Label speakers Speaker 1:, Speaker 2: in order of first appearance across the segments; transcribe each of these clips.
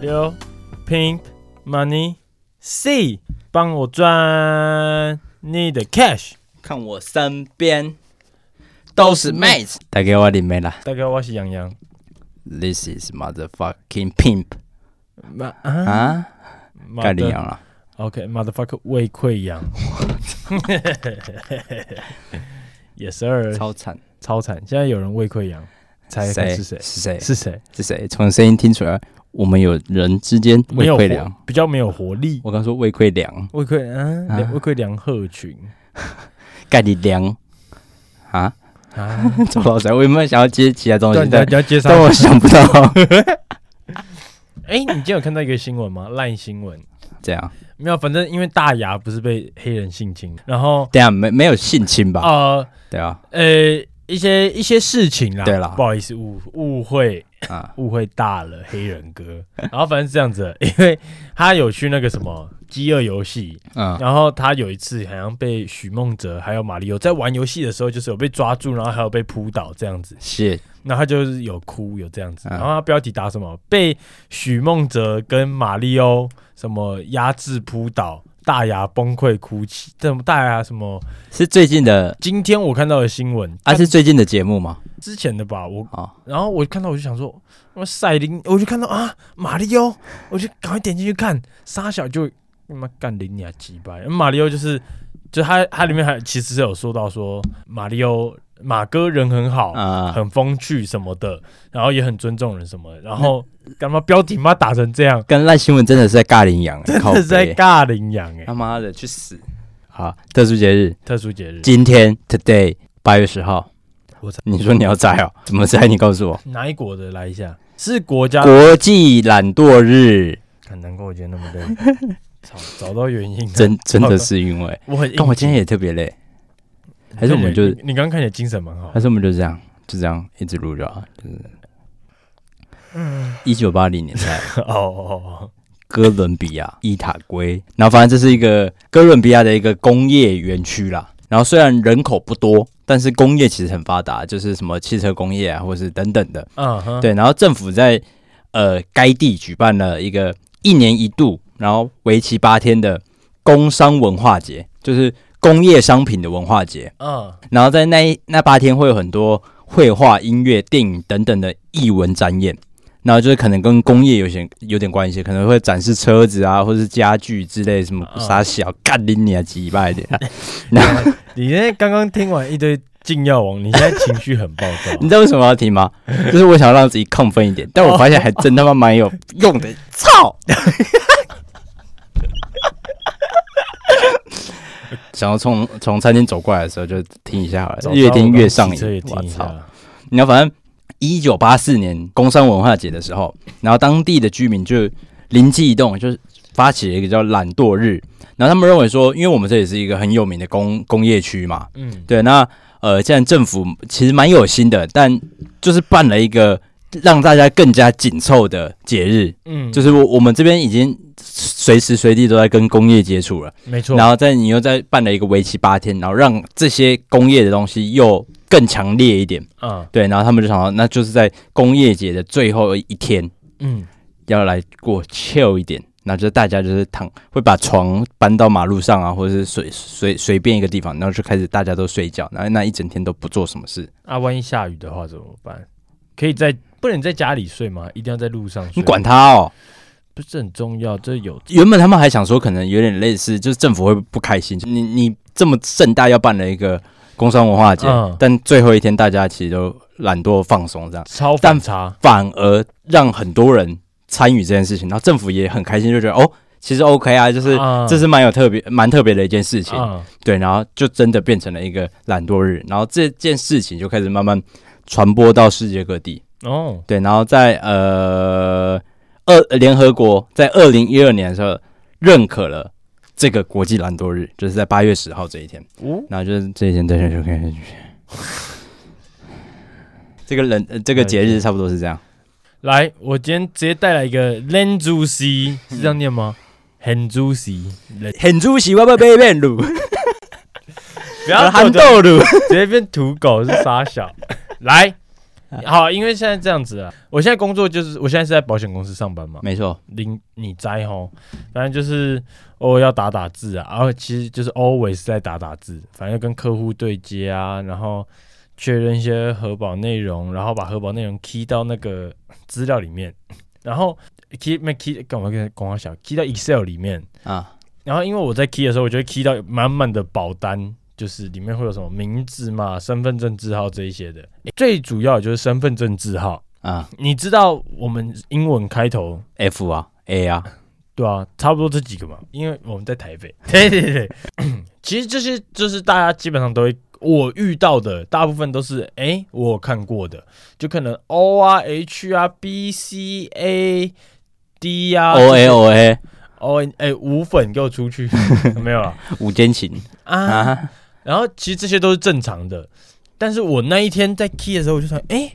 Speaker 1: 刘 Pink Money C，帮我赚你的 cash。
Speaker 2: 看我身边都是妹子。
Speaker 3: 大家我林妹啦
Speaker 1: 大哥，我是杨洋。
Speaker 3: ，This is motherfucking pimp
Speaker 1: 妈啊，
Speaker 3: 啊，
Speaker 1: 妈
Speaker 3: 盖
Speaker 1: 的
Speaker 3: 里昂啦，
Speaker 1: OK，motherfucker 胃溃疡。yes sir，超
Speaker 3: 超惨，
Speaker 1: 超惨！现在有人胃溃疡，猜猜看
Speaker 3: 谁
Speaker 1: 是谁？
Speaker 3: 是谁
Speaker 1: 是谁？
Speaker 3: 是谁？从声音听出来，我们有人之间
Speaker 1: 没
Speaker 3: 胃
Speaker 1: 有
Speaker 3: 溃
Speaker 1: 活
Speaker 3: 良。，
Speaker 1: 比较没有活力。
Speaker 3: 我刚说胃溃良，
Speaker 1: 胃溃嗯，
Speaker 3: 啊
Speaker 1: 胃溃疡鹤群
Speaker 3: 盖里良啊，
Speaker 1: 啊，
Speaker 3: 周老师，我有没有想要接其他东
Speaker 1: 对，
Speaker 3: 西？
Speaker 1: 你要
Speaker 3: 但
Speaker 1: 你要接上
Speaker 3: 但。我想不 到，
Speaker 1: 哎，你今天有看到一个新闻吗？烂新闻。
Speaker 3: 这样，
Speaker 1: 没有，反正因为大牙不是被黑人性侵，然后
Speaker 3: 等一下没没有性侵吧？
Speaker 1: 呃
Speaker 3: 对啊，
Speaker 1: 呃一些一些事情啦，
Speaker 3: 对啦
Speaker 1: 不好意思误误会
Speaker 3: 啊，
Speaker 1: 误会大了黑人哥， 然后反正是这样子的， 因为他有去那个什么饥饿游戏，
Speaker 3: 嗯，
Speaker 1: 然后他有一次好像被许梦哲还有马里奥在玩游戏的时候，就是有被抓住，然后还有被扑倒这样子，
Speaker 3: 是
Speaker 1: 然后他就是有哭有这样子，
Speaker 3: 嗯
Speaker 1: 然后他标题打什么？被许梦哲跟马里欧什么压制扑倒，大牙崩溃哭泣，这么大牙什么？
Speaker 3: 是最近的
Speaker 1: 今天我看到的新闻，
Speaker 3: 啊，是最近的节目吗？
Speaker 1: 之前的吧？我
Speaker 3: 哦，
Speaker 1: 然后我看到我就想说，我赛琳，我就看到啊马里欧，我就赶快点进去看，沙小就他妈干林尼亚几百，马里欧就是就他他里面还其实是有说到说马里欧马哥人很好，
Speaker 3: 啊，
Speaker 1: 很风趣什么的，然后也很尊重人什么的，然后干嘛标题妈打成这样，
Speaker 3: 跟烂新闻真的是在尬啊领养，真
Speaker 1: 这是在尬领养哎
Speaker 3: 他，妈的去死！好，特殊节日，
Speaker 1: 特殊节日
Speaker 3: 今天 today 八月十号，
Speaker 1: 我猜
Speaker 3: 你说你要摘哦？怎么摘？你告诉我。
Speaker 1: 哪一国的来一下？是国家，
Speaker 3: 国际懒惰日，
Speaker 1: 很难怪我今天那么累， 找找到原因了，
Speaker 3: 真真的是因为，
Speaker 1: 我很硬
Speaker 3: 但我今天也特别累，还是我们就
Speaker 1: 你你刚刚看起来精神蛮好
Speaker 3: 还，是我们就这样，就这样一直录就好。就是，
Speaker 1: 嗯
Speaker 3: 一九八零年代，
Speaker 1: 哦哦
Speaker 3: 哥伦比亚伊塔圭，然后反正这是一个哥伦比亚的一个工业园区啦。然后虽然人口不多，但是工业其实很发达，就是什么汽车工业啊，或是等等的。
Speaker 1: 哦，嗯哼，
Speaker 3: 对，然后政府在呃该地举办了一个一年一度，然后为期八天的工商文化节，就是工业商品的文化节。
Speaker 1: 嗯
Speaker 3: 然后在那一那八天会有很多绘画、音乐、电影等等的艺文展演。然后就是可能跟工业有些有点关系，可能会展示车子啊，或是家具之类什么
Speaker 1: 嗯
Speaker 3: 啥小干你你啊几 百点，
Speaker 1: 你现在刚刚听完一堆禁药王，你现在情绪很暴躁，
Speaker 3: 你知道为什么要听吗？就是我想要让自己亢 奋一点，但我发现还真他妈蛮有用的，操！想要从从餐厅走过来的时候，就听一下好
Speaker 1: 早知道
Speaker 3: 了，越听越上
Speaker 1: 我刚刚骑车也
Speaker 3: 瘾。
Speaker 1: 听
Speaker 3: 我
Speaker 1: 一
Speaker 3: 操！
Speaker 1: 下，
Speaker 3: 你要反正一九八四年工商文化节的时候，然后当地的居民就灵机一动，就是发起了一个叫懒惰日。然后他们认为说，因为我们这里是一个很有名的工工业区嘛，
Speaker 1: 嗯，
Speaker 3: 对，那呃，现在政府其实蛮有心的，但就是办了一个让大家更加紧凑的节日，
Speaker 1: 嗯，
Speaker 3: 就是是我我们这边已经随时随地都在跟工业接触了，
Speaker 1: 没错，
Speaker 3: 然后在你又在办了一个为期八天，然后让这些工业的东西又更强烈一点，
Speaker 1: 嗯
Speaker 3: 对，然后他们就想到，那就是在工业节的最后一天
Speaker 1: 嗯，
Speaker 3: 要来过 chill 一点。然后就是大家就是躺，会把床搬到马路上啊，或者是随随随便一个地方，然后就开始大家都睡觉，然后那一整天都不做什么事。
Speaker 1: 啊，万一下雨的话怎么办？可以在不能在家里睡吗？一定要在路上睡？
Speaker 3: 你管他哦！
Speaker 1: 不是很重要，这有
Speaker 3: 原本他们还想说，可能有点类似，就是政府会不开心，你你这么盛大要办了一个工商文化节，
Speaker 1: 嗯
Speaker 3: 但最后一天大家其实都懒惰放松，这样
Speaker 1: 超
Speaker 3: 但
Speaker 1: 反差，
Speaker 3: 反而让很多人参与这件事情，然后政府也很开心，就觉得哦，其实 OK 啊，就是、
Speaker 1: 啊
Speaker 3: 这是蛮有特别、蛮特别的一件事情，
Speaker 1: 啊，
Speaker 3: 对，然后就真的变成了一个懒惰日，然后这件事情就开始慢慢传播到世界各地，
Speaker 1: 哦，
Speaker 3: 对，然后在呃二联合国在二零一二年的时候认可了这个国际懒惰日，就是在八月十号这一天。
Speaker 1: 哦，
Speaker 3: 然后就是这一天，对对对对对。这个人、呃这个节日差不多是这样。
Speaker 1: 来，我今天直接带来一个 l e n j u s i 是这样念吗？很 juicy，
Speaker 3: 很主席，我要被变鲁，
Speaker 1: 不要
Speaker 3: 憨
Speaker 1: 豆
Speaker 3: 豆鲁。
Speaker 1: 直接变土狗是傻小。来好，因为现在这样子啊，我现在工作就是我现在是在保险公司上班嘛，
Speaker 3: 没错，
Speaker 1: 零你摘吼，反正就是偶尔要打打字啊，然后其实就是 always 在打打字，反正跟客户对接啊，然后确认一些核保内容，然后把核保内容 key 到那个 资料里面，然后 key 没 key 干嘛跟光小 key 到 Excel 里面，
Speaker 3: 啊，
Speaker 1: 然后因为我在 key 的时候，我就会 key 到满满的保单，就是里面会有什么名字嘛、身份证字号这一些的，最主要就是身份证字号。
Speaker 3: 啊
Speaker 1: 你知道我们英文开头
Speaker 3: ，F 啊，A 啊，
Speaker 1: 对啊，差不多这几个嘛，因为我们在台北。 对对对， 其实这些就是大家基本上都会，我遇到的大部分都是，哎、我有看过的，就可能 O 啊、H 啊、B、C、A、D 啊
Speaker 3: O A O A，
Speaker 1: O N，哎、无粉给我出去， 没有了
Speaker 3: 五间琴
Speaker 1: 啊。
Speaker 3: 啊，
Speaker 1: 然后其实这些都是正常的，但是我那一天在 key 的时候，我就想，哎、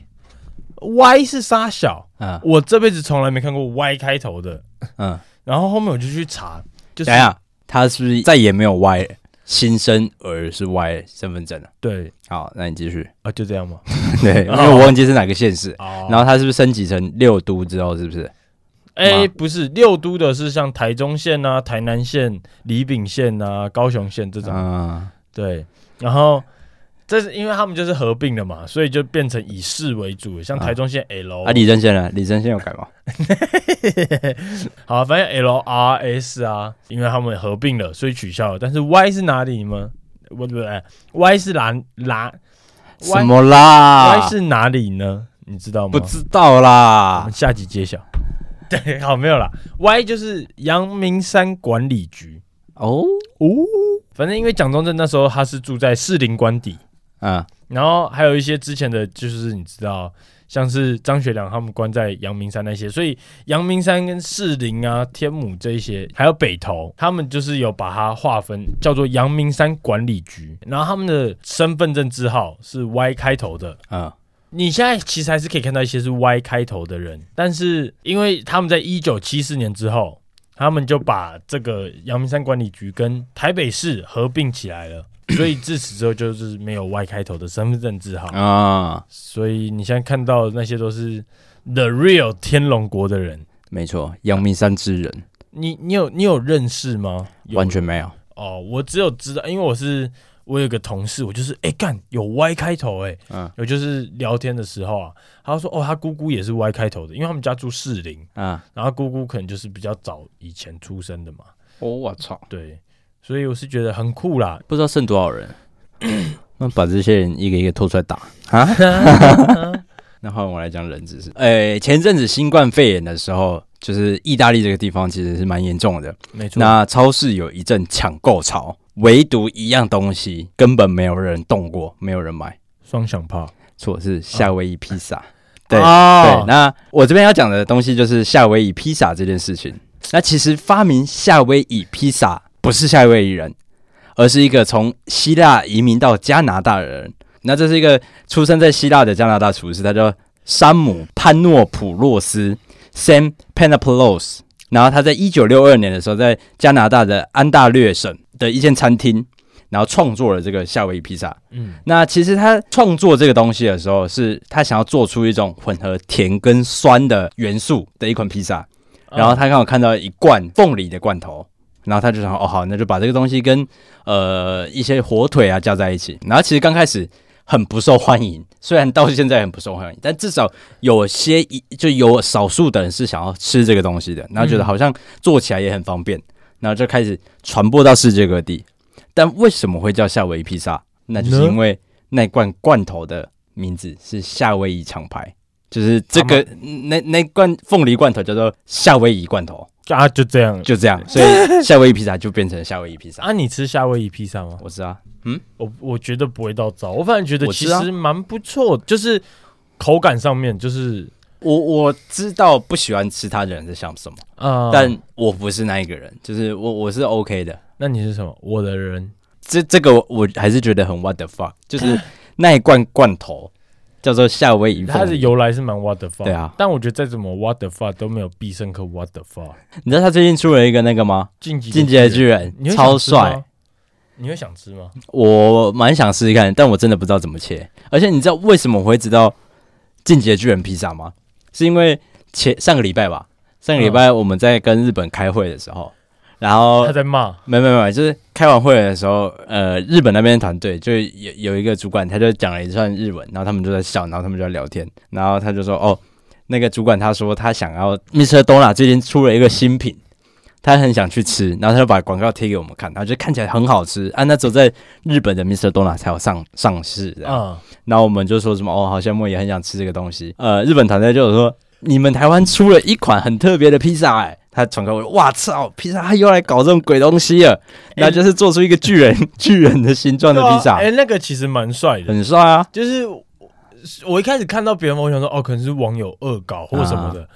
Speaker 1: y 是沙小，
Speaker 3: 啊，
Speaker 1: 我这辈子从来没看过 Y 开头的。
Speaker 3: 嗯，
Speaker 1: 然后后面我就去查，就是
Speaker 3: 等一下，他是不是再也没有 Y 了新生儿是 Y 身份证了？啊
Speaker 1: 对
Speaker 3: 好，那你继续。
Speaker 1: 啊，就这样嘛。
Speaker 3: 对，因为我忘记是哪个县市。
Speaker 1: 哦
Speaker 3: 然后它是不是升级成六都之后，是不是？
Speaker 1: 哎、
Speaker 3: 嘛
Speaker 1: 不是六都的是像台中县啊、台南县、李炳县啊、高雄县这种，
Speaker 3: 嗯，
Speaker 1: 对。然后这是因为他们就是合并了嘛，所以就变成以市为主，像
Speaker 3: 啊
Speaker 1: 台中县 L，、
Speaker 3: 啊，李正宪呢？李正宪有改吗？
Speaker 1: 好，啊反正 L R S 啊，因为他们合并了，所以取消了。但是 Y 是哪里吗？不不哎，Y 是哪哪
Speaker 3: 什么啦？
Speaker 1: ？Y 是哪里呢？你啊知道吗？
Speaker 3: 不知道
Speaker 1: 我
Speaker 3: 啦
Speaker 1: 们。下集揭晓。 对，好，没有啦。Y 就是阳明山管理局。
Speaker 3: 哦，
Speaker 1: 哦，反正因为蒋中正那时候他是住在士林官邸，
Speaker 3: 嗯，
Speaker 1: 然后还有一些之前的，就是你知道，像是张学良他们关在阳明山那些，所以阳明山跟士林啊、天母这一些，还有北投，他们就是有把它划分叫做阳明山管理局，然后他们的身份证字号是 Y 开头的，
Speaker 3: 嗯，
Speaker 1: 你现在其实还是可以看到一些是 Y 开头的人，但是因为他们在一九七四年之后，他们就把这个阳明山管理局跟台北市合并起来了，所以自此之后就是没有 Y 开头的身份证字号。
Speaker 3: 啊，
Speaker 1: 所以你现在看到的那些都是 The Real 天龙国的人。
Speaker 3: 没错，阳明山之人
Speaker 1: 你你有你有认识吗？有
Speaker 3: 完全没有。
Speaker 1: 哦，我只有知道，因为我是我有个同事，我就是哎干、有 Y 开头哎、
Speaker 3: 嗯
Speaker 1: 我就是聊天的时候啊，他说哦他姑姑也是 Y 开头的，因为他们家住士林，
Speaker 3: 啊，
Speaker 1: 然后姑姑可能就是比较早以前出生的嘛，
Speaker 3: 哦，我操，
Speaker 1: 对，所以我是觉得很酷 啦。
Speaker 3: 不知道剩多少 人，那把这些人一个一个拖出来打啊。那换我来讲冷知识。呃，前阵子新冠肺炎的时候，就是意大利这个地方其实是蛮严重的。
Speaker 1: 没错，
Speaker 3: 那超市有一阵抢购潮，唯独一样东西根本没有人动过，没有人买，
Speaker 1: 双响炮，
Speaker 3: 错是夏威夷披萨。对对
Speaker 1: 哦，，
Speaker 3: 那我这边要讲的东西就是夏威夷披萨这件事情。那其实发明夏威夷披萨不是夏威夷人，而是一个从希腊移民到加拿大的人。那这是一个出生在希腊的加拿大厨师，他叫山姆·潘诺普洛斯 （Sam Panopoulos）。然后他在一九六二年的时候，在加拿大的安大略省的一间餐厅，然后创作了这个夏威夷披萨。
Speaker 1: 嗯，
Speaker 3: 那其实他创作这个东西的时候，是他想要做出一种混合甜跟酸的元素的一款披萨。然后
Speaker 1: 啊
Speaker 3: 他刚好看到一罐凤梨的罐头，然后他就想，哦好，那就把这个东西跟呃一些火腿啊加在一起。然后其实刚开始很不受欢迎，虽然到现在很不受欢迎，但至少有些一就有少数的人是想要吃这个东西的，然后觉得
Speaker 1: 嗯
Speaker 3: 好像做起来也很方便，然后就开始传播到世界各地。但为什么会叫夏威夷披萨？那就是
Speaker 1: 呢
Speaker 3: 因为那罐罐头的名字是夏威夷厂牌。就是这个那那罐凤梨罐头叫做夏威夷罐头，
Speaker 1: 啊就这样
Speaker 3: 就这样，所以夏威夷披萨就变成夏威夷披 萨。
Speaker 1: 啊，你吃夏威夷披萨吗？
Speaker 3: 我知道，
Speaker 1: 我我觉得不会到糟，我反而觉得
Speaker 3: 我
Speaker 1: 其
Speaker 3: 知啊
Speaker 1: 实蛮不错，就是口感上面就是
Speaker 3: 我我知道不喜欢吃它的人在想什么，
Speaker 1: 啊，
Speaker 3: 但我不是那一个人，就是我我是 OK 的。
Speaker 1: 那你是什么？我的人
Speaker 3: 这这个我我还是觉得很 what the fuck，就是 那一罐罐头叫做夏威夷
Speaker 1: 它
Speaker 3: 凤
Speaker 1: 的
Speaker 3: 梨。
Speaker 1: 由来是蛮 what the fuck，
Speaker 3: 对啊
Speaker 1: 但我觉得再怎么 what the fuck 都没有必胜客 what the fuck。
Speaker 3: 你知道他最近出了一个那个吗？
Speaker 1: 晋级
Speaker 3: 进击的巨人
Speaker 1: 你会想
Speaker 3: 超
Speaker 1: 吃吗
Speaker 3: 帅，，
Speaker 1: 你会想吃吗？
Speaker 3: 我蛮想试试看，但我真的不知道怎么切。而且你知道为什么我会知道进阶巨人披萨吗？是因为前上个礼拜吧，上个礼
Speaker 1: 嗯
Speaker 3: 拜我们在跟日本开会的时候，然后
Speaker 1: 他在骂，
Speaker 3: 没没没，就是开完会的时候，呃，日本那边团队就有有一个主管，他就讲了一串日文，然后他们就在笑，然后他们就在聊天，然后他就说，哦，那个主管他说他想要 Mr. Dona 最近出了一个新品，他很想去吃，然后他就把广告贴给我们看，然后就看起来很好吃啊，那只有在日本的 Mr. Dona 才有上上市这样，
Speaker 1: 嗯，
Speaker 3: 然后我们就说什么哦，好羡慕，也很想吃这个东西。呃，日本团队就有说，你们台湾出了一款很特别的披萨、哎，他传给我，哇操，披萨他又来搞这种鬼东西了，那就是做出一个巨人、 巨人的形状的披萨，
Speaker 1: 哎、那个其实蛮帅的，
Speaker 3: 很帅啊。
Speaker 1: 就是我我一开始看到别人，我想说哦，可能是网友恶搞或什么
Speaker 3: 啊
Speaker 1: 的。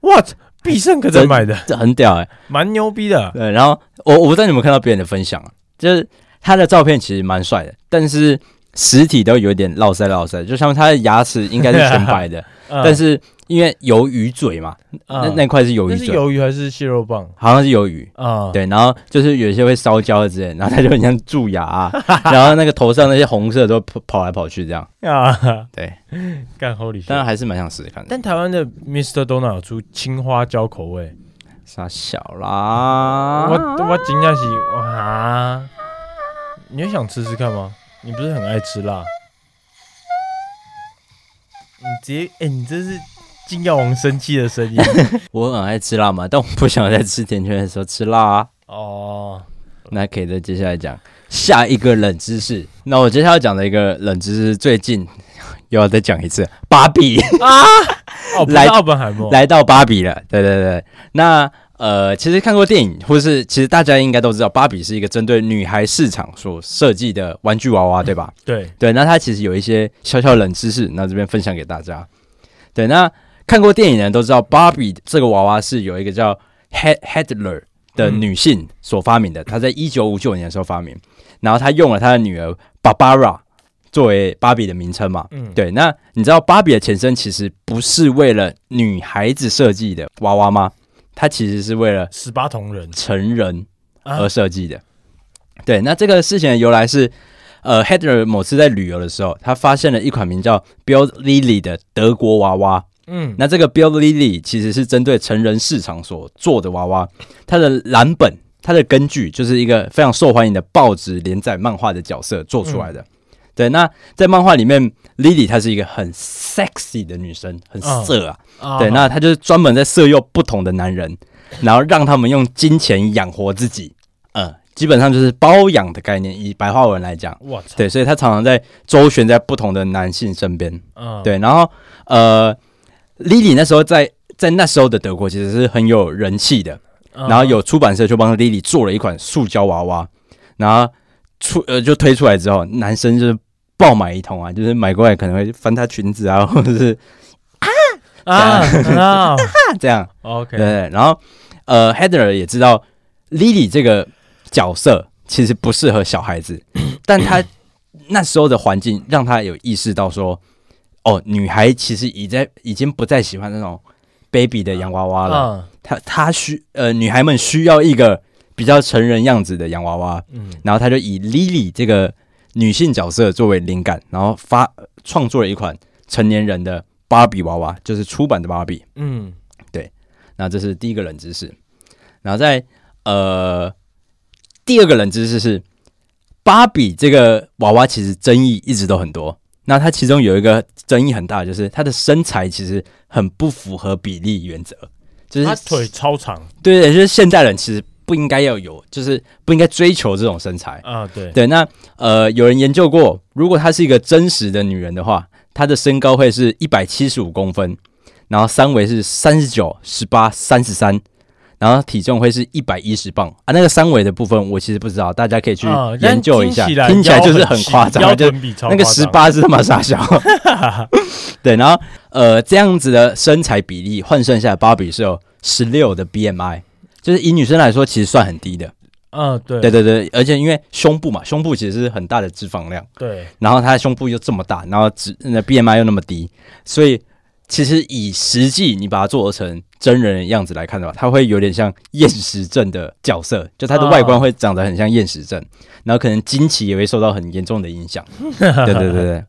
Speaker 1: What？必胜可在买的，
Speaker 3: 这很屌哎、
Speaker 1: 蛮牛逼的。
Speaker 3: 对，然后呃我我不知道你们看到别人的分享啊，就是他的照片其实蛮帅的，但是实体都有点落腮落腮，就像他的牙齿应该是全白的，
Speaker 1: 嗯
Speaker 3: 但是因为鱿鱼嘴嘛，那
Speaker 1: 嗯
Speaker 3: 那块是鱿
Speaker 1: 那
Speaker 3: 鱼
Speaker 1: 是
Speaker 3: 嘴，
Speaker 1: 鱿鱼还是蟹肉棒
Speaker 3: 好像是鱿鱼，
Speaker 1: 啊？
Speaker 3: 对，然后就是有一些会烧焦的之类的，然后它就很像蛀牙、啊，然后那个头上那些红色都跑跑来跑去这样，
Speaker 1: 啊，
Speaker 3: 对，
Speaker 1: 干 Holy
Speaker 3: 但
Speaker 1: shit！
Speaker 3: 还是蛮想试试看的。
Speaker 1: 但台湾的 Mr. Donut 有出青花椒口味，
Speaker 3: 傻小啦，
Speaker 1: 我我惊讶是哇，你也想吃吃看吗？你不是很爱吃辣？你直接哎、你这是金耀王生气的声音
Speaker 3: 我很爱吃辣嘛，但我不想在吃甜圈的时候吃辣、啊。
Speaker 1: 哦。
Speaker 3: 那可以再接下来讲下一个冷知识。那我接下来讲的一个冷知识，最近 又要再讲一次，芭比。
Speaker 1: 哦，不是
Speaker 3: 来
Speaker 1: 奥本海默，
Speaker 3: 来到芭比了，对对对。那呃，其实看过电影，或是其实大家应该都知道，芭比是一个针对女孩市场所设计的玩具娃娃，对吧？
Speaker 1: 对，
Speaker 3: 对，那它其实有一些小小冷知识，那这边分享给大家。对，那看过电影的人都知道，芭比这个娃娃是有一个叫 Head Headler 的女性所发明的，她在一九五九年的时候发明，然后她用了她的女儿 Barbara 作为芭比的名称嘛。
Speaker 1: 嗯，
Speaker 3: 对，那你知道芭比的前身其实不是为了女孩子设计的娃娃吗？它其实是为了
Speaker 1: 十八铜人
Speaker 3: 成人
Speaker 1: 啊
Speaker 3: 而设计的。对，那这个事情的由来是，呃，Heather 某次在旅游的时候，他发现了一款名叫 Bill Lily 的德国娃娃。
Speaker 1: 嗯，
Speaker 3: 那这个 Bill Lily 其实是针对成人市场所做的娃娃，它的蓝本，它的根据就是一个非常受欢迎的报纸连载漫画的角色做出
Speaker 1: 嗯
Speaker 3: 来的。对，那在漫画里面，Lily 她是一个很 sexy 的女生，很
Speaker 1: 嗯
Speaker 3: 色啊，
Speaker 1: 啊
Speaker 3: 对，那他就是专门在色诱不同的男人， 然后让他们用金钱养活自己，呃，基本上就是包养的概念，以白话文来讲。
Speaker 1: 我操，
Speaker 3: 对，所以他常常在周旋在不同的男性身边。
Speaker 1: 嗯，
Speaker 3: 对，然后呃，Lily 那时候在在那时候的德国其实是很有人气的，
Speaker 1: 嗯，
Speaker 3: 然后有出版社就帮 Lily 做了一款塑胶娃娃，然后出呃就推出来之后，男生就是爆买一通啊，就是买过来可能会翻她裙子啊，或者是
Speaker 1: 啊啊
Speaker 3: 啊这样。对
Speaker 1: ，OK，
Speaker 3: 对，然后呃，Heather 也知道 Lily 这个角色其实不适合小 孩子，但她那时候的环境让她有意识到说，哦，女孩其实已在已经不再喜欢那种 baby 的洋娃娃了，
Speaker 1: 嗯
Speaker 3: 她她需呃，女孩们需要一个比较成人样子的洋娃娃，
Speaker 1: 嗯
Speaker 3: 然后她就以 Lily 这个女性角色作为灵感，然后发创作了一款成年人的芭比娃娃，就是出版的芭比。
Speaker 1: 嗯，
Speaker 3: 那这是第一个冷知识。然后在呃第二个冷知识是，芭比这个娃娃其实争议一直都很多。那它其中有一个争议很大，就是它的身材其实很不符合比例原则，就是
Speaker 1: 他腿超长
Speaker 3: 对对，就是现代人其实不应该要有，就是不应该追求这种身材。
Speaker 1: 啊，对，
Speaker 3: 对，那呃，有人研究过，如果她是一个真实的女人的话，她的身高会是一百七十五公分，然后三围是三十九、十八、三十三，然后体重会是一百一十磅啊。那个三围的部分我其实不知道，大家可以去
Speaker 1: 啊但
Speaker 3: 研究一下，
Speaker 1: 听起来
Speaker 3: 听起来就是
Speaker 1: 腰
Speaker 3: 很
Speaker 1: 细
Speaker 3: 夸
Speaker 1: 腰
Speaker 3: 张，啊就
Speaker 1: 臀比超
Speaker 3: 那个
Speaker 1: 夸
Speaker 3: 十
Speaker 1: 张，
Speaker 3: 八是他妈傻笑。 对，然后呃，这样子的身材比例换算下来，芭比是有十六的 BMI，就是以女生来说其实算很低的。
Speaker 1: 嗯，对
Speaker 3: 对对对，而且因为胸部嘛，胸部其实是很大的脂肪量，
Speaker 1: 对，
Speaker 3: 然后她的胸部又这么大，然后脂那 BMI 又那么低，所以其实以实际你把它做成真人的样子来看的话，她会有点像厌食症的角色，就她的外观会长得很像厌食症，然后可能经期也会受到很严重的影响。对对对对。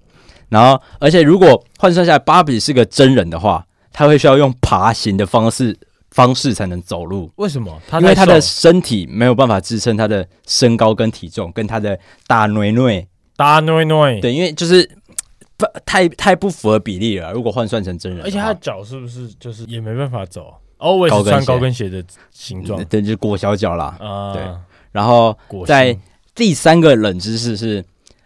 Speaker 3: 然后，而且如果换算下来，芭比是个真人的话，他会需要用爬行的方式方式才能走路，
Speaker 1: 为什么？他
Speaker 3: 因为他
Speaker 1: 他
Speaker 3: 的身体没有办法支撑他的身高跟体重，跟他的大内内。
Speaker 1: 大noinoi，，
Speaker 3: 对，因为就是不太太不符合比例了。如果换算成真人的话，
Speaker 1: 而且他的脚是不是就是也没办法走？always
Speaker 3: 高跟
Speaker 1: 穿
Speaker 3: 鞋
Speaker 1: 高跟鞋的形状
Speaker 3: 嗯对，就是裹小脚啦。
Speaker 1: 啊，
Speaker 3: 对然后
Speaker 1: 果
Speaker 3: 在
Speaker 1: 心
Speaker 3: 第三个冷知识是，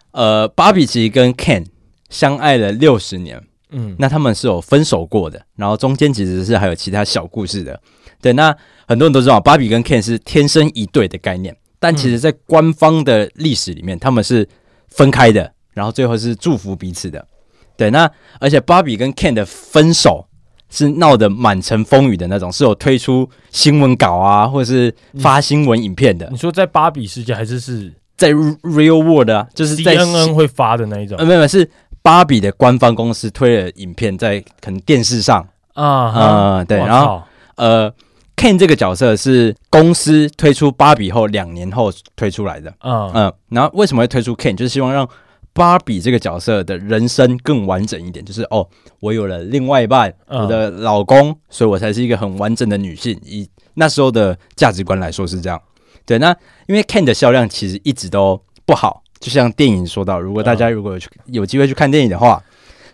Speaker 3: 呃，芭比其实跟 Ken 相爱了六十年，
Speaker 1: 嗯，
Speaker 3: 那他们是有分手过的，然后中间其实是还有其他小故事的。对，那很多人都知道，芭比跟 Ken 是天生一对的概念，但其实在官方的历史里面，他们是分开的，然后最后是祝福彼此的。对，那而且芭比跟 Ken 的分手是闹得满城风雨的那种，是有推出新闻稿啊，或者是发新闻影片的
Speaker 1: 你，说在芭比世界还是是
Speaker 3: 在 Real World 啊，就是在
Speaker 1: CNN 会发的那一种
Speaker 3: 呃，没有没有是芭比的官方公司推了影片在可能电视上。
Speaker 1: 啊哈
Speaker 3: 嗯，对，
Speaker 1: 我
Speaker 3: 然后
Speaker 1: 靠
Speaker 3: 呃，Ken 这个角色是公司推出芭比后两年后推出来的，
Speaker 1: 嗯
Speaker 3: 嗯，然后为什么会推出 Ken，就是希望让芭比这个角色的人生更完整一点，就是哦，我有了另外一半，
Speaker 1: 嗯
Speaker 3: 我的老公，所以我才是一个很完整的女性，以那时候的价值观来说是这样。对，那因为 Ken 的销量其实一直都不好，就像电影说到，如果大
Speaker 1: 嗯
Speaker 3: 家如果有去有机会去看电影的话，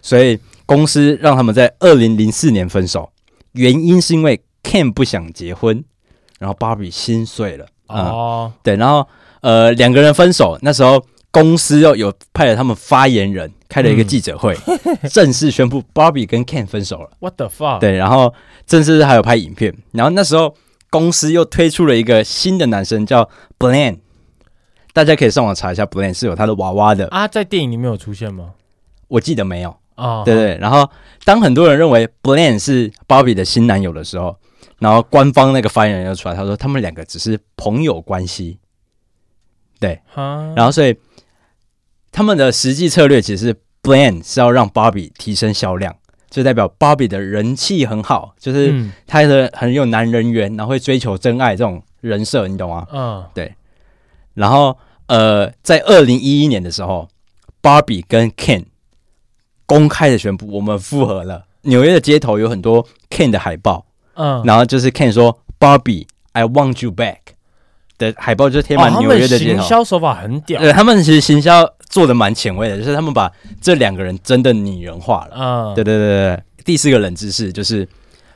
Speaker 3: 所以公司让他们在二零零四年分手，原因是因为 Ken 不想结婚，然后芭比心碎了。嗯
Speaker 1: 哦
Speaker 3: 对，然后呃两个人分手，那时候公司又有派了他们发言人开了
Speaker 1: 嗯
Speaker 3: 一个记者会，正式宣布 Barbie 跟 Ken 分手了。
Speaker 1: ，what the fuck？
Speaker 3: 对，然后正式还有拍影片，然后那时候公司又推出了一个新的男生叫 Blan，大家可以上网查一下，Blan 是有他的娃娃的，
Speaker 1: 啊，在电影里面有出现吗？
Speaker 3: 我记得没有。
Speaker 1: 啊，
Speaker 3: 对对，然后当很多人认为 Blan 是 Barbie 的新男友的时候，然后官方那个发言人又出来，他说他们两个只是朋友关系。
Speaker 1: 哈，
Speaker 3: 然后所以他们的实际策略其实是 Blan 是要让 Barbie 提升销量，就代表 Barbie 的人气很好，就是
Speaker 1: 嗯
Speaker 3: 他的很有男人缘，然后会追求真爱这种人设，你懂吗？
Speaker 1: 嗯
Speaker 3: 然后呃，在二零一一年的时候，Barbie 跟 Ken 公开的宣布我们复合了。纽约的街头有很多 Ken 的海报，
Speaker 1: 嗯，
Speaker 3: 然后就是 Ken 说 Barbie I want you back 的海报，就贴满
Speaker 1: 哦他
Speaker 3: 纽
Speaker 1: 们
Speaker 3: 约的街
Speaker 1: 行
Speaker 3: 头。
Speaker 1: 销手法很屌，
Speaker 3: 对他们其实行销做的蛮前卫的，就是他们把这两个人真的拟人化了。
Speaker 1: 嗯，
Speaker 3: 对对对对，对第四个冷知识就是。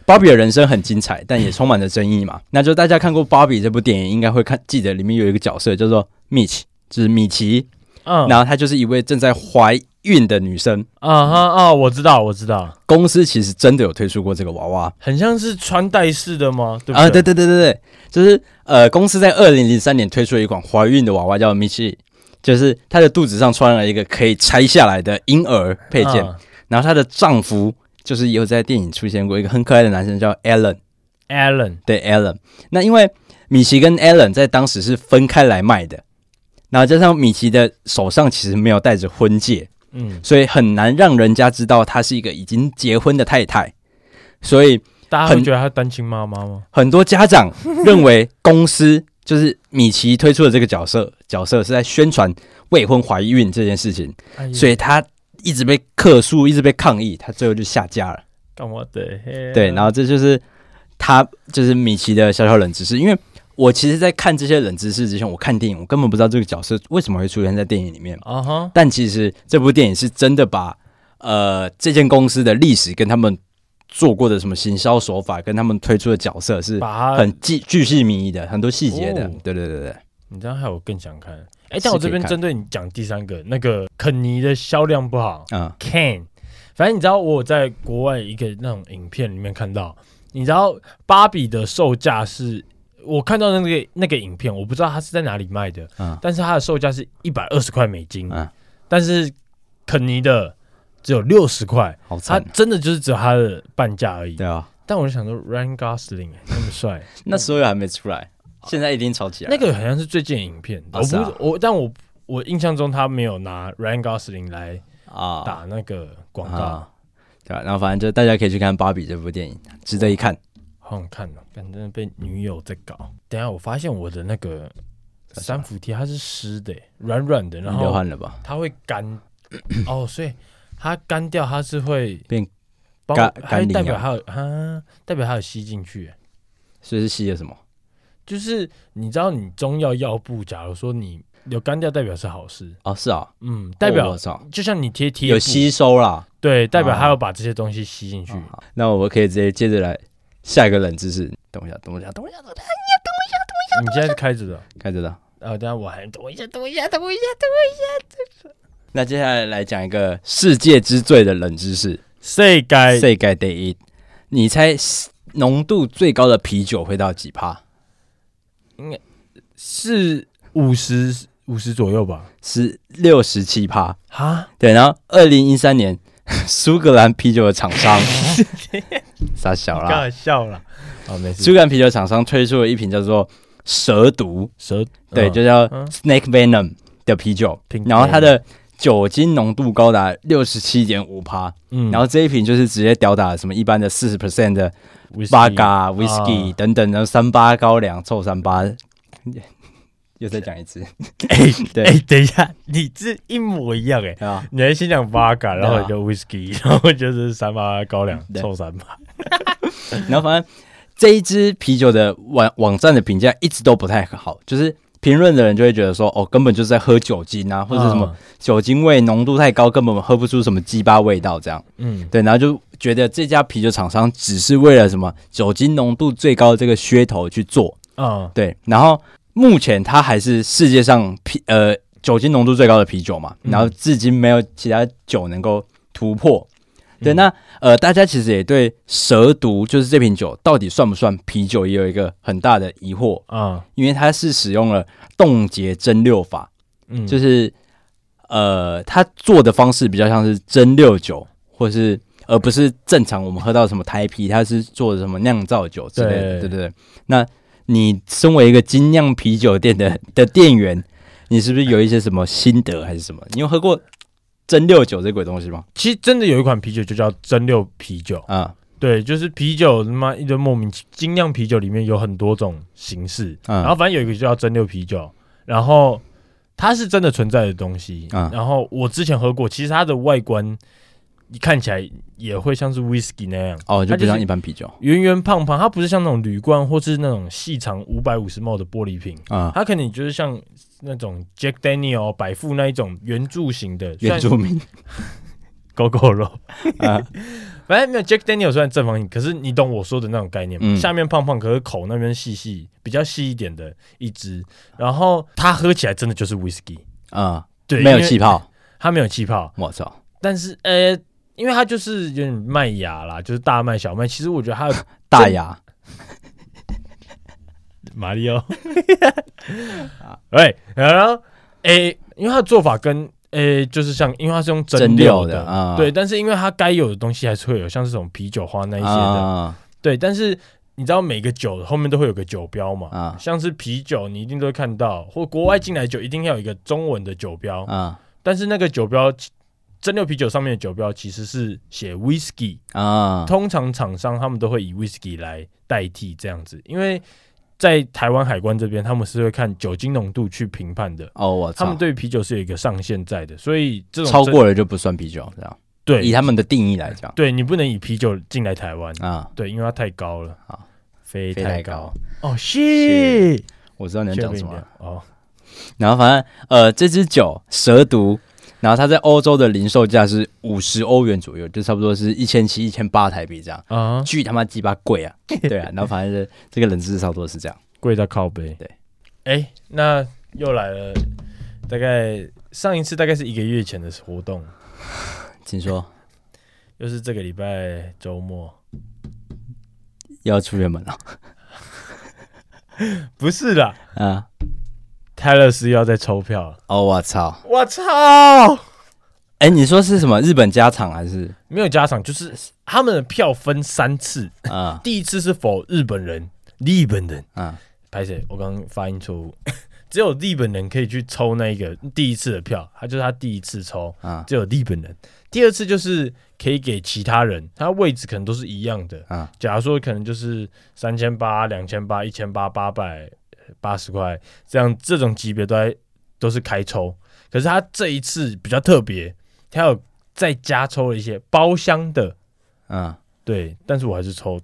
Speaker 3: 芭比的人生很精彩，但也充满着争议嘛。那就大家看过《芭比》这部电影，应该会看记得里面有一个角色叫做 Mitch，就是米奇，
Speaker 1: 嗯，
Speaker 3: 然后她就是一位正在怀孕的女生。
Speaker 1: 啊哈啊，我知道我知道，
Speaker 3: 公司其实真的有推出过这个娃娃
Speaker 1: 很像是穿戴式的吗？对不
Speaker 3: 啊，对对对对对，就是呃，公司在二零零三年推出了一款怀孕的娃娃叫 Mitch，就是她的肚子上穿了一个可以拆下来的婴儿配件。
Speaker 1: 嗯
Speaker 3: 然后她的丈夫就是也有在电影出现过一个很可爱的男生叫 Alan，
Speaker 1: Allen
Speaker 3: 对 Alan。那因为米奇跟 Alan 在当时是分开来卖的，然后加上米奇的手上其实没有戴着婚戒，
Speaker 1: 嗯，
Speaker 3: 所以很难让人家知道她是一个已经结婚的太太。所以
Speaker 1: 大家会
Speaker 3: 很
Speaker 1: 觉得她单亲妈妈吗？
Speaker 3: 很多家长认为公司就是米奇推出的这个角色角色是在宣传未婚怀孕这件事情，
Speaker 1: 哎呀
Speaker 3: 所以他一直被客诉，一直被抗议，他最后就下架了。
Speaker 1: 干我的嘿啊
Speaker 3: 对，然后这就是他就是米奇的小小冷知识。因为我其实，在看这些冷知识之前，我看电影，我根本不知道这个角色为什么会出现在电影里面。
Speaker 1: 啊哈，
Speaker 3: 但其实这部电影是真的把呃这间公司的历史跟他们做过的什么行销手法，跟他们推出的角色是
Speaker 1: 把她，
Speaker 3: 很巨巨细靡遗的，很多细节的
Speaker 1: 哦。
Speaker 3: 对对对对，
Speaker 1: 你这样害我更想看。哎，
Speaker 3: 是
Speaker 1: 但我这边
Speaker 3: 可以看
Speaker 1: 针对你讲第三个，那个肯尼的销量不好
Speaker 3: 嗯
Speaker 1: ，Can，反正你知道我有在国外一个那种影片里面看到，你知道芭比的售价是。我看到那个那个影片，我不知道它是在哪里卖的，
Speaker 3: 嗯
Speaker 1: 但是它的售价是一百二十块美金，
Speaker 3: 嗯，
Speaker 1: 但是肯尼的只有六十块，
Speaker 3: 好
Speaker 1: 它
Speaker 3: 惨。
Speaker 1: 真的就是只有它的半价而已。
Speaker 3: 对啊，
Speaker 1: 但我就想说，Ryan Gosling 欸那么帅，
Speaker 3: 那时候还没出来，现在一定炒起来
Speaker 1: 那
Speaker 3: 了。
Speaker 1: 个好像是最近的影片，
Speaker 3: 哦
Speaker 1: 我
Speaker 3: 是啊
Speaker 1: 不我，但我我印象中他没有拿 Ryan Gosling 来
Speaker 3: 啊
Speaker 1: 打那个广告，
Speaker 3: 啊，对吧、然后反正就大家可以去看《芭比》这部电影，值得一看。
Speaker 1: 好想看哦，反正被女友在搞。等一下我发现我的那个三伏贴它是湿的欸，软软的，然
Speaker 3: 你流
Speaker 1: 后
Speaker 3: 汗了吧？
Speaker 1: 它会干，哦，所以它干掉它是会
Speaker 3: 变
Speaker 1: 包
Speaker 3: 干
Speaker 1: 还
Speaker 3: 干
Speaker 1: 代
Speaker 3: 灵
Speaker 1: 表
Speaker 3: 啊
Speaker 1: 它有啊，代表它有吸进去。
Speaker 3: 所以是吸了什么？
Speaker 1: 就是你知道，你中药药布，假如说你有干掉，代表是好事，
Speaker 3: 哦，是啊，
Speaker 1: 嗯，代表、
Speaker 3: 哦我操，
Speaker 1: 就像你贴贴
Speaker 3: 有
Speaker 1: 布
Speaker 3: 吸收啦。
Speaker 1: 对，代表
Speaker 3: 啊
Speaker 1: 它要把这些东西吸进去。
Speaker 3: 哦好那我可以直接接着来下一个冷知识。等我一下，等我一下，等我一下，
Speaker 1: 你现在是开着的，
Speaker 3: 看着的。
Speaker 1: 呃，等一下我还等我一下，等我一下，等我一下。
Speaker 3: 那接下来来讲一个世界之最的冷知识，
Speaker 1: 世界
Speaker 3: 世界第一。你猜浓度最高的啤酒会到几趴？
Speaker 1: 是五十五十左右吧？
Speaker 3: 是六十七趴。
Speaker 1: 哈，
Speaker 3: 对，然后二零一三年 苏格兰啤酒的厂 商，傻小
Speaker 1: 刚
Speaker 3: 啦，
Speaker 1: 才笑了。啊，没
Speaker 3: 苏
Speaker 1: 事。
Speaker 3: 格兰啤酒厂商推出了一瓶叫做蛇毒，
Speaker 1: 蛇
Speaker 3: 对，
Speaker 1: 嗯
Speaker 3: 就叫
Speaker 1: 嗯
Speaker 3: Snake Venom 的啤酒，
Speaker 1: Pink
Speaker 3: 然后它的酒精浓度高达六十七点五趴，
Speaker 1: 嗯
Speaker 3: 然后这一瓶就是直接吊打什么一般的四十 percent 的
Speaker 1: whisky，
Speaker 3: 八嘎 whisky
Speaker 1: 啊
Speaker 3: 等等的三八高粱臭三八， 又再讲一次
Speaker 1: 哎
Speaker 3: 对
Speaker 1: 哎，等一下，你这一模一样哎。
Speaker 3: 啊，
Speaker 1: 你还先讲 vodka，然后你就 whisky，然 后就是三八高粱
Speaker 3: 对
Speaker 1: 臭三八。
Speaker 3: 然后反正这一支啤酒的网网站的评价一直都不太好，就是评论的人就会觉得说，哦，根本就是在喝酒精啊，或者什么
Speaker 1: 啊？
Speaker 3: 酒精味浓度太高，根本喝不出什么鸡巴味道这样。
Speaker 1: 嗯，
Speaker 3: 对，然后就觉得这家啤酒厂商只是为了什么酒精浓度最高的这个噱头去做。
Speaker 1: 啊，
Speaker 3: 对，然后目前它还是世界上啤呃酒精浓度最高的啤酒嘛，
Speaker 1: 嗯
Speaker 3: 然后至今没有其他酒能够突破。对，
Speaker 1: 嗯
Speaker 3: 那呃，大家其实也对蛇毒，就是这瓶酒到底算不算啤酒，也有一个很大的疑惑，
Speaker 1: 啊，
Speaker 3: 因为它是使用了冻结蒸馏法，
Speaker 1: 嗯，
Speaker 3: 就是是呃，它做的方式比较像是蒸馏酒，或是而不是正常我们喝到什么台啤，它是做什么酿造酒之类的，
Speaker 1: 对
Speaker 3: 对对对。那你身为一个精酿啤酒店的的店员，你是不是有一些什么心得还是什么？你有喝过蒸馏酒这鬼东西吗？
Speaker 1: 其实真的有一款啤酒就叫蒸馏啤酒，
Speaker 3: 啊
Speaker 1: 对，就是啤酒他妈一堆莫名其精酿啤酒里面有很多种形式，
Speaker 3: 嗯
Speaker 1: 然后反正有一个就叫蒸馏啤酒，然后它是真的存在的东西，
Speaker 3: 嗯
Speaker 1: 然后我之前喝过，其实它的外观看起来也会像是 whisky 那样。
Speaker 3: 哦，就
Speaker 1: 它
Speaker 3: 不
Speaker 1: 就是
Speaker 3: 像一般啤酒
Speaker 1: 圆圆胖胖，它不是像那种铝罐或是那种细长五百五十 ml 的玻璃瓶，
Speaker 3: 啊。
Speaker 1: 它可能就是像那种 Jack Daniel 百富那一种圆柱型的，
Speaker 3: 原住民
Speaker 1: 狗狗肉，
Speaker 3: 啊，
Speaker 1: 反正没有 Jack Daniel 虽然正方形，可是你懂我说的那种概念吗？
Speaker 3: 嗯
Speaker 1: 下面胖胖，可是口那边细细，比较细一点的一只，然后它喝起来真的就是 whisky，
Speaker 3: 啊，
Speaker 1: 对，
Speaker 3: 没有
Speaker 1: 因为
Speaker 3: 气，泡，
Speaker 1: 它没有气泡，
Speaker 3: 我操，
Speaker 1: 但是呃。因为它就是有点麦芽啦，就是大麦、小麦。其实我觉得它的
Speaker 3: 大牙
Speaker 1: 马里 奥，对，然后诶、因为它的做法跟诶、就是像，因为它是用蒸
Speaker 3: 蒸
Speaker 1: 馏
Speaker 3: 馏
Speaker 1: 的，
Speaker 3: 的啊，
Speaker 1: 对，但是因为它该有的东西还是会有，像是这种啤酒花那一些的，
Speaker 3: 啊
Speaker 1: 对。但是你知道每个酒后面都会有个酒标嘛？
Speaker 3: 啊
Speaker 1: 像是啤酒，你一定都会看到，或国外进来酒一定要有一个中文的酒标，
Speaker 3: 啊
Speaker 1: 但是那个酒标蒸馏啤酒上面的酒标其实是写 whisky，、
Speaker 3: 啊，
Speaker 1: 通常厂商他们都会以 whisky 来代替这样子，因为在台湾海关这边他们是会看酒精浓度去评判的。
Speaker 3: 哦，我
Speaker 1: 他们
Speaker 3: 操，
Speaker 1: 对啤酒是有一个上限在的，所以这种
Speaker 3: 超
Speaker 1: 蒸
Speaker 3: 过了就不算啤酒，这样，
Speaker 1: 对
Speaker 3: 以他们的定义来讲
Speaker 1: 对你不能以啤酒进来台湾，
Speaker 3: 啊，
Speaker 1: 对，因为它太高了。
Speaker 3: 好，
Speaker 1: 飞
Speaker 3: 飞
Speaker 1: 太
Speaker 3: 太高。
Speaker 1: 哦，是
Speaker 3: 我知道你要讲什么了。
Speaker 1: 哦，
Speaker 3: 然后反正呃，这支酒蛇毒，然后它在欧洲的零售价是五十欧元左右，就差不多是一千七、一千八台币这样，
Speaker 1: 啊，
Speaker 3: 巨他妈鸡巴贵 啊！对啊，然后反正是这个冷知识差不多是这样。
Speaker 1: 贵到靠背。
Speaker 3: 对，
Speaker 1: 哎，那又来了，大概上一次大概是一个月前的活动，
Speaker 3: 请说，
Speaker 1: 又是这个礼拜周末，
Speaker 3: 要出远门了
Speaker 1: 不是啦，
Speaker 3: 啊？
Speaker 1: 泰勒斯又要再抽票了，
Speaker 3: 哦，我操！
Speaker 1: 我操！
Speaker 3: 哎，你说是什么日本家常还是
Speaker 1: 没有加场，就是他们的票分三次，
Speaker 3: 啊
Speaker 1: 第一次是否日本人，日本人。
Speaker 3: 啊
Speaker 1: 拍谁？我刚刚发音错误， 只有日本人可以去抽那一个第一次的票，他就是他第一次抽，
Speaker 3: 啊
Speaker 1: 只有日本人。第二次就是可以给其他人，他位置可能都是一样的。
Speaker 3: 啊
Speaker 1: 假如说可能就是三千八、两千八、一千八、八百、八十块这样，这种级别都在都是开抽。可是他这一次比较特别，他有再加抽了一些包厢的，
Speaker 3: 嗯，
Speaker 1: 对，但是我还是抽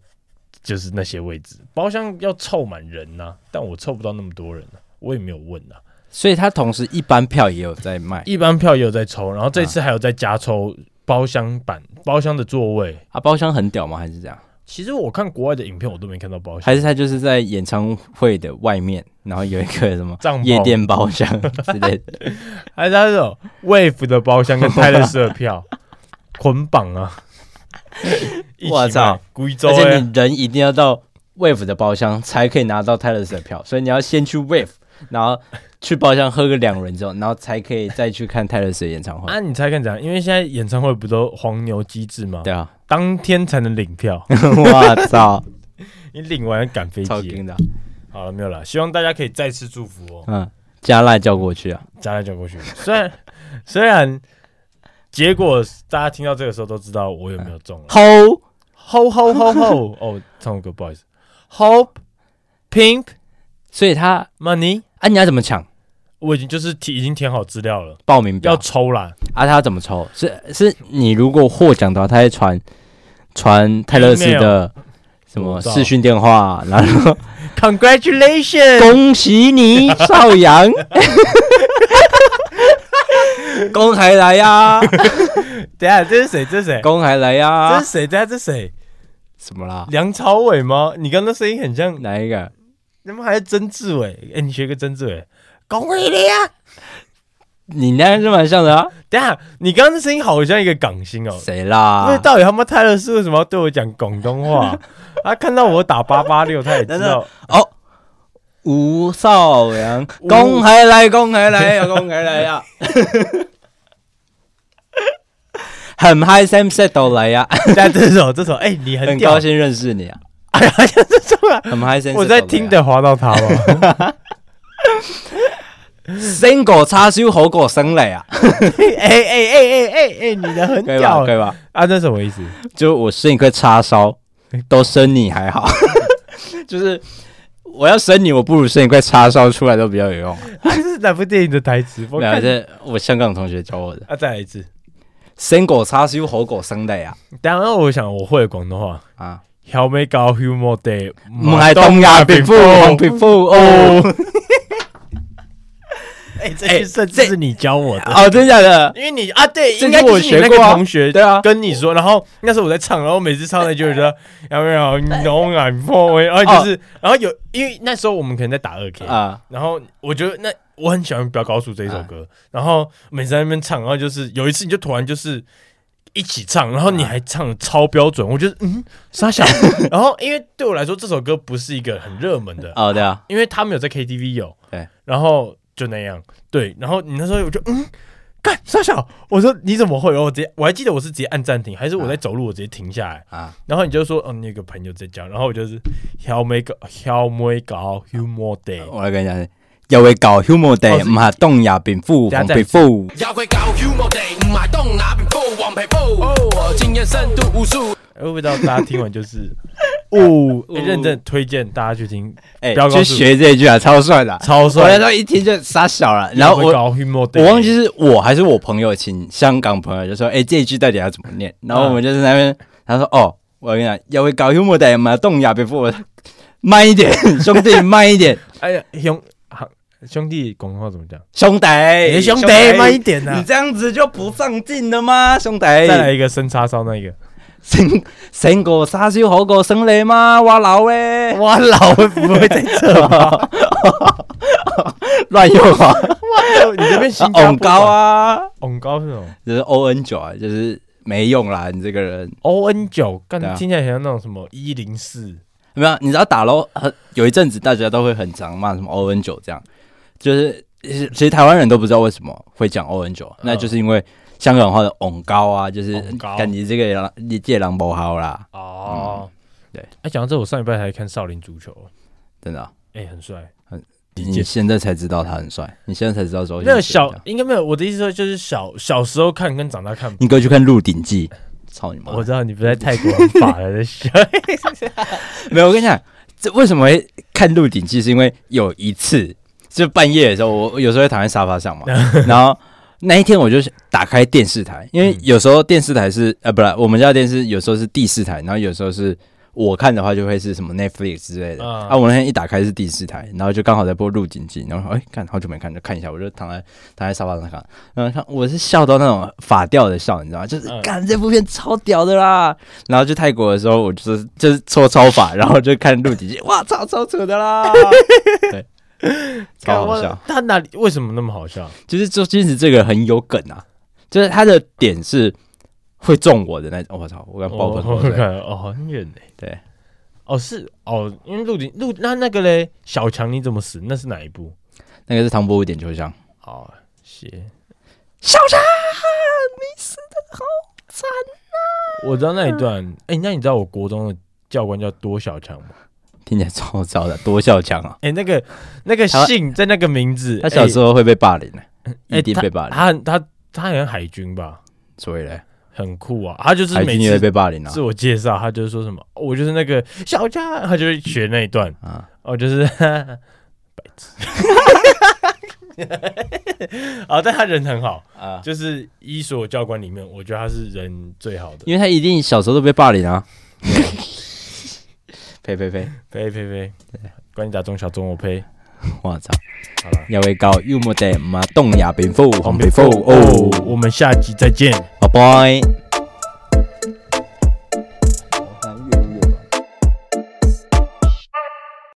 Speaker 1: 就是那些位置，包厢要凑满人呐、但我凑不到那么多人、啊，我也没有问啊。
Speaker 3: 所以他同时一般票也有在卖
Speaker 1: 一般票也有在抽，然后这次还有在加抽包厢版、包厢的座位。
Speaker 3: 啊，包厢很屌吗？还是这样？
Speaker 1: 其实我看国外的影片，我都没看到包厢
Speaker 3: 还，是他就是在演唱会的外面，然后有一个什么
Speaker 1: 帐篷
Speaker 3: 夜店包厢之类 的，
Speaker 1: 还是他这种 wave 的包厢跟泰勒斯的 票捆绑啊！一起买
Speaker 3: 我操，
Speaker 1: 贵州
Speaker 3: 而且
Speaker 1: 哎
Speaker 3: 你，人一定要到 Wave 的包厢才可以拿到 Taylor Swift 的票，所以你要先去 Wave，然后去包厢喝个两轮之后，然后才可以再去看 Taylor Swift 的演唱会。
Speaker 1: 啊，你猜看怎样？因为现在演唱会不都黄牛机制吗？
Speaker 3: 对啊，
Speaker 1: 当天才能领票，
Speaker 3: 我 操，
Speaker 1: 你领完赶飞
Speaker 3: 超
Speaker 1: 机。
Speaker 3: 劲的，
Speaker 1: 好了，没有了，希望大家可以再次祝福哦。
Speaker 3: 嗯，加赖叫过去啊，
Speaker 1: 加来讲过去，虽然虽然结果大家听到这个时候都知道我有没有中了。
Speaker 3: 吼，
Speaker 1: 吼吼吼吼！ 哦，唱歌不好意思。Hope, pimp,
Speaker 3: 所以他
Speaker 1: money，
Speaker 3: 啊，你要怎么抢
Speaker 1: 我已经就是填已经填好资料了，
Speaker 3: 报名
Speaker 1: 要
Speaker 3: 表？
Speaker 1: 抽啦。
Speaker 3: 啊，他要怎么抽？是是你如果获奖的话，他会传传泰勒斯的什么
Speaker 1: 我知道
Speaker 3: 视讯电话，然后
Speaker 1: Congratulations！
Speaker 3: 恭喜你邵阳， 公还来呀，
Speaker 1: 等一下这是谁？这是谁？
Speaker 3: 公还来
Speaker 1: 这
Speaker 3: 呀
Speaker 1: 是，谁？等一下这是谁？
Speaker 3: 什么啦？
Speaker 1: 梁朝伟吗？你刚刚声音很像，
Speaker 3: 哪一个？
Speaker 1: 他妈还是曾志伟？哎，你学个曾志伟。恭喜你啊！
Speaker 3: 你那样是蛮像的啊，
Speaker 1: 等一下你刚刚的声音好像一个港星哦。
Speaker 3: 谁
Speaker 1: 那
Speaker 3: 啦？
Speaker 1: 到底他妈泰勒斯为什么要对我讲广东 话？他看到我打八八六，他也知
Speaker 3: 真的
Speaker 1: 道。
Speaker 3: 哦，吴邵阳，
Speaker 1: 吴
Speaker 3: 公还来，公还 来呀，公还来呀， 很嗨，Sam Set 都来呀，
Speaker 1: 但这首这首，哎，你很
Speaker 3: 很
Speaker 1: 屌
Speaker 3: 高兴认识你啊，
Speaker 1: 哎呀，就是这么啊，
Speaker 3: 很嗨，Sam。
Speaker 1: 我在听的滑到他了，
Speaker 3: single 叉烧好过生来 啊，
Speaker 1: 哎哎哎哎哎哎，你的很
Speaker 3: 可以吧？
Speaker 1: 屌
Speaker 3: 可以吧？
Speaker 1: 啊，这什么意思？
Speaker 3: 就我生一块叉烧，
Speaker 1: 哎
Speaker 3: 都生你还好， 就是我要生你，我不如生一块叉烧出来都比较有用。
Speaker 1: 啊这是哪部电影的台词？我
Speaker 3: 没有，
Speaker 1: 看
Speaker 3: 这我香港同学教我的。
Speaker 1: 啊，再来一次。
Speaker 3: single 叉烧好过生来啊
Speaker 1: 当然，我想我会广东话。
Speaker 3: 啊，
Speaker 1: 小美搞 humor day，
Speaker 3: 唔系东亚皮肤，黄皮肤哦
Speaker 1: 哎，这这这是你教我的，
Speaker 3: 哦，真假的？
Speaker 1: 因为你啊，对，
Speaker 3: 这
Speaker 1: 应该
Speaker 3: 句我
Speaker 1: 就是你那
Speaker 3: 学
Speaker 1: 个
Speaker 3: 过啊
Speaker 1: 同学
Speaker 3: 对啊，
Speaker 1: 跟你说，然后那时候我在唱，然后每次唱那句我觉得哎有没有懂啊，破然后就是，然后有因为那时候我们可能在打二 K
Speaker 3: 啊，
Speaker 1: 然后我觉得那我很喜欢《飙高速》这一首歌，然后每次在那边唱，然后就是有一次你就突然就是一起唱，然后你还唱的超标准，我觉得嗯傻小，然后因为对我来说这首歌不是一个很热门的，
Speaker 3: 哦对啊，
Speaker 1: 因为他没有在 KTV 有，
Speaker 3: 对，
Speaker 1: 然后就那样，对，然后你那时候我就嗯。干傻小，我说你怎么会？然后我直接我还记得我是直接按暂停，还是我在走路，我直接停下来，
Speaker 3: 啊
Speaker 1: 然后你就说，哦，你有个朋友在讲，然后我就是 how make how make our humor day，
Speaker 3: 我来跟你讲，又会搞 humor day，
Speaker 1: 哦是
Speaker 3: 唔系东亚皮
Speaker 1: 等
Speaker 3: 肤，
Speaker 1: 下
Speaker 3: 黄
Speaker 1: 再
Speaker 3: 皮肤。
Speaker 4: 要会搞 humor day，唔系东哪边布黄皮布。哦，我经验深度无数。
Speaker 1: 哎我不知道大家听完就是 哦，欸认真推荐大家去听，
Speaker 3: 哎、
Speaker 1: 不要告诉
Speaker 3: 去
Speaker 1: 我
Speaker 3: 学这一句啊，超帅的啊、
Speaker 1: 超
Speaker 3: 我那
Speaker 1: 帅
Speaker 3: 时。候一听就傻小了，然后
Speaker 1: 会
Speaker 3: 我
Speaker 1: 搞 humor，day
Speaker 3: 我忘记是我还是我朋友请香港朋友就说，哎、这一句到底要怎么念？
Speaker 1: 啊
Speaker 3: 然后我们就是那边，他说，哦，我跟你讲，要会搞幽默的嘛，动亚别不我慢一点，兄弟慢一 点，
Speaker 1: 哎呀兄好兄弟广东话怎么讲？
Speaker 3: 兄弟，
Speaker 1: 哎慢一点呐
Speaker 3: 你！这样子就不上进了吗，兄弟？
Speaker 1: 再来一个生叉烧那 个，
Speaker 3: 生生过沙烧好过生你吗？我老欸嘞，
Speaker 1: 哇老会不会再扯吗？
Speaker 3: 乱用啊，
Speaker 1: 你这边新加
Speaker 3: 昂
Speaker 1: 坡
Speaker 3: 高，啊，
Speaker 1: 昂高是什么
Speaker 3: 就是 O N 九啊，就是没用啦，你这个人。
Speaker 1: ？O N 九，干
Speaker 3: 对啊
Speaker 1: 听起来像那种什么一零四，
Speaker 3: 没有，你知道打咯，很有一阵子大家都会很常骂什么 O N 九这样，就是其实其实台湾人都不知道为什么会讲 O N 九，啊那就是因为香港话的“昂高”啊，就是
Speaker 1: 戇嗯高
Speaker 3: 感觉这个人你这狼不好啦，
Speaker 1: 哦，
Speaker 3: 对。
Speaker 1: 哎，讲到这，我上礼拜还看少林足球，
Speaker 3: 真的啊、
Speaker 1: 哎，很帅，
Speaker 3: 很
Speaker 1: 理
Speaker 3: 你
Speaker 1: 解。
Speaker 3: 现在才知道他很帅，你现在才知道周星驰
Speaker 1: 没有小
Speaker 3: 这样，
Speaker 1: 应该没有。我的意思说，就是小小时候看跟长大看 啊
Speaker 3: 你给我去看《鹿鼎记》，操你妈！
Speaker 1: 我知道你不在泰国很法了在 笑，
Speaker 3: 没有，我跟你讲，这为什么会看《鹿鼎记》，是因为有一次，就半夜的时候，我我有时候会躺在沙发上嘛，然后那一天我就打开电视台，因为
Speaker 1: 嗯
Speaker 3: 有时候电视台是呃，不是我们家的电视有时候是第四台，然后有时候是我看的话就会是什么 Netflix 之类的。
Speaker 1: 嗯
Speaker 3: 啊，我那天一打开是第四台，然后就刚好在播《鹿鼎记》，然后哎，看好久没看，就看一下，我就躺在躺在沙发上看，然后看嗯我是笑到那种发掉的笑，你知道吗？就是
Speaker 1: 嗯
Speaker 3: 干、这部片超屌的啦。然后去泰国的时候，我就是就是搓超法，然后就看《鹿鼎记》，哇操，超扯 的啦，对，超好笑。
Speaker 1: 他哪里为什么那么好笑？
Speaker 3: 就是周星驰这个很有梗啊，就是他的点是会中我的那种。我、操，我敢爆
Speaker 1: 哦
Speaker 3: 口
Speaker 1: 我
Speaker 3: 口水。
Speaker 1: 看哦，很远呢。
Speaker 3: 对，
Speaker 1: 哦是哦，因为陆鼎陆那那个嘞，小强你怎么死？那是哪一部？
Speaker 3: 那个是唐伯虎点秋香，
Speaker 1: 哦，谢。
Speaker 3: 小强，
Speaker 1: 啊我知道那一段。哎、那你知道我国中的教官叫多小强吗？
Speaker 3: 听起来超糟的，多笑强啊！
Speaker 1: 哎、那个那个
Speaker 3: 他
Speaker 1: 姓在那个名字，
Speaker 3: 他小时候会被霸凌的、
Speaker 1: 哎
Speaker 3: 一定被霸
Speaker 1: 哎
Speaker 3: 凌，
Speaker 1: 他他他他好像海军吧，
Speaker 3: 所以嘞，
Speaker 1: 很酷啊。他就是
Speaker 3: 海
Speaker 1: 每
Speaker 3: 军也会
Speaker 1: 次
Speaker 3: 被霸凌啊
Speaker 1: 自。我介绍，他就是说什么，哦我就是那个小强，他就会学那一段。
Speaker 3: 啊，
Speaker 1: 哦，就是 白痴。啊，但他人很 好
Speaker 3: 啊
Speaker 1: 就是一所有教官里面，我觉得他是人最好的。
Speaker 3: 因为他一定小时候都被霸凌 啊。呸呸呸！
Speaker 1: 呸呸呸！管你打中小中，我呸。
Speaker 3: 我操，
Speaker 1: 好了，
Speaker 3: 要会搞幽默的嘛，东亚贫富黄皮肤
Speaker 1: 哦，
Speaker 3: 哦，Oh
Speaker 1: 我们下集再见。
Speaker 3: 拜拜。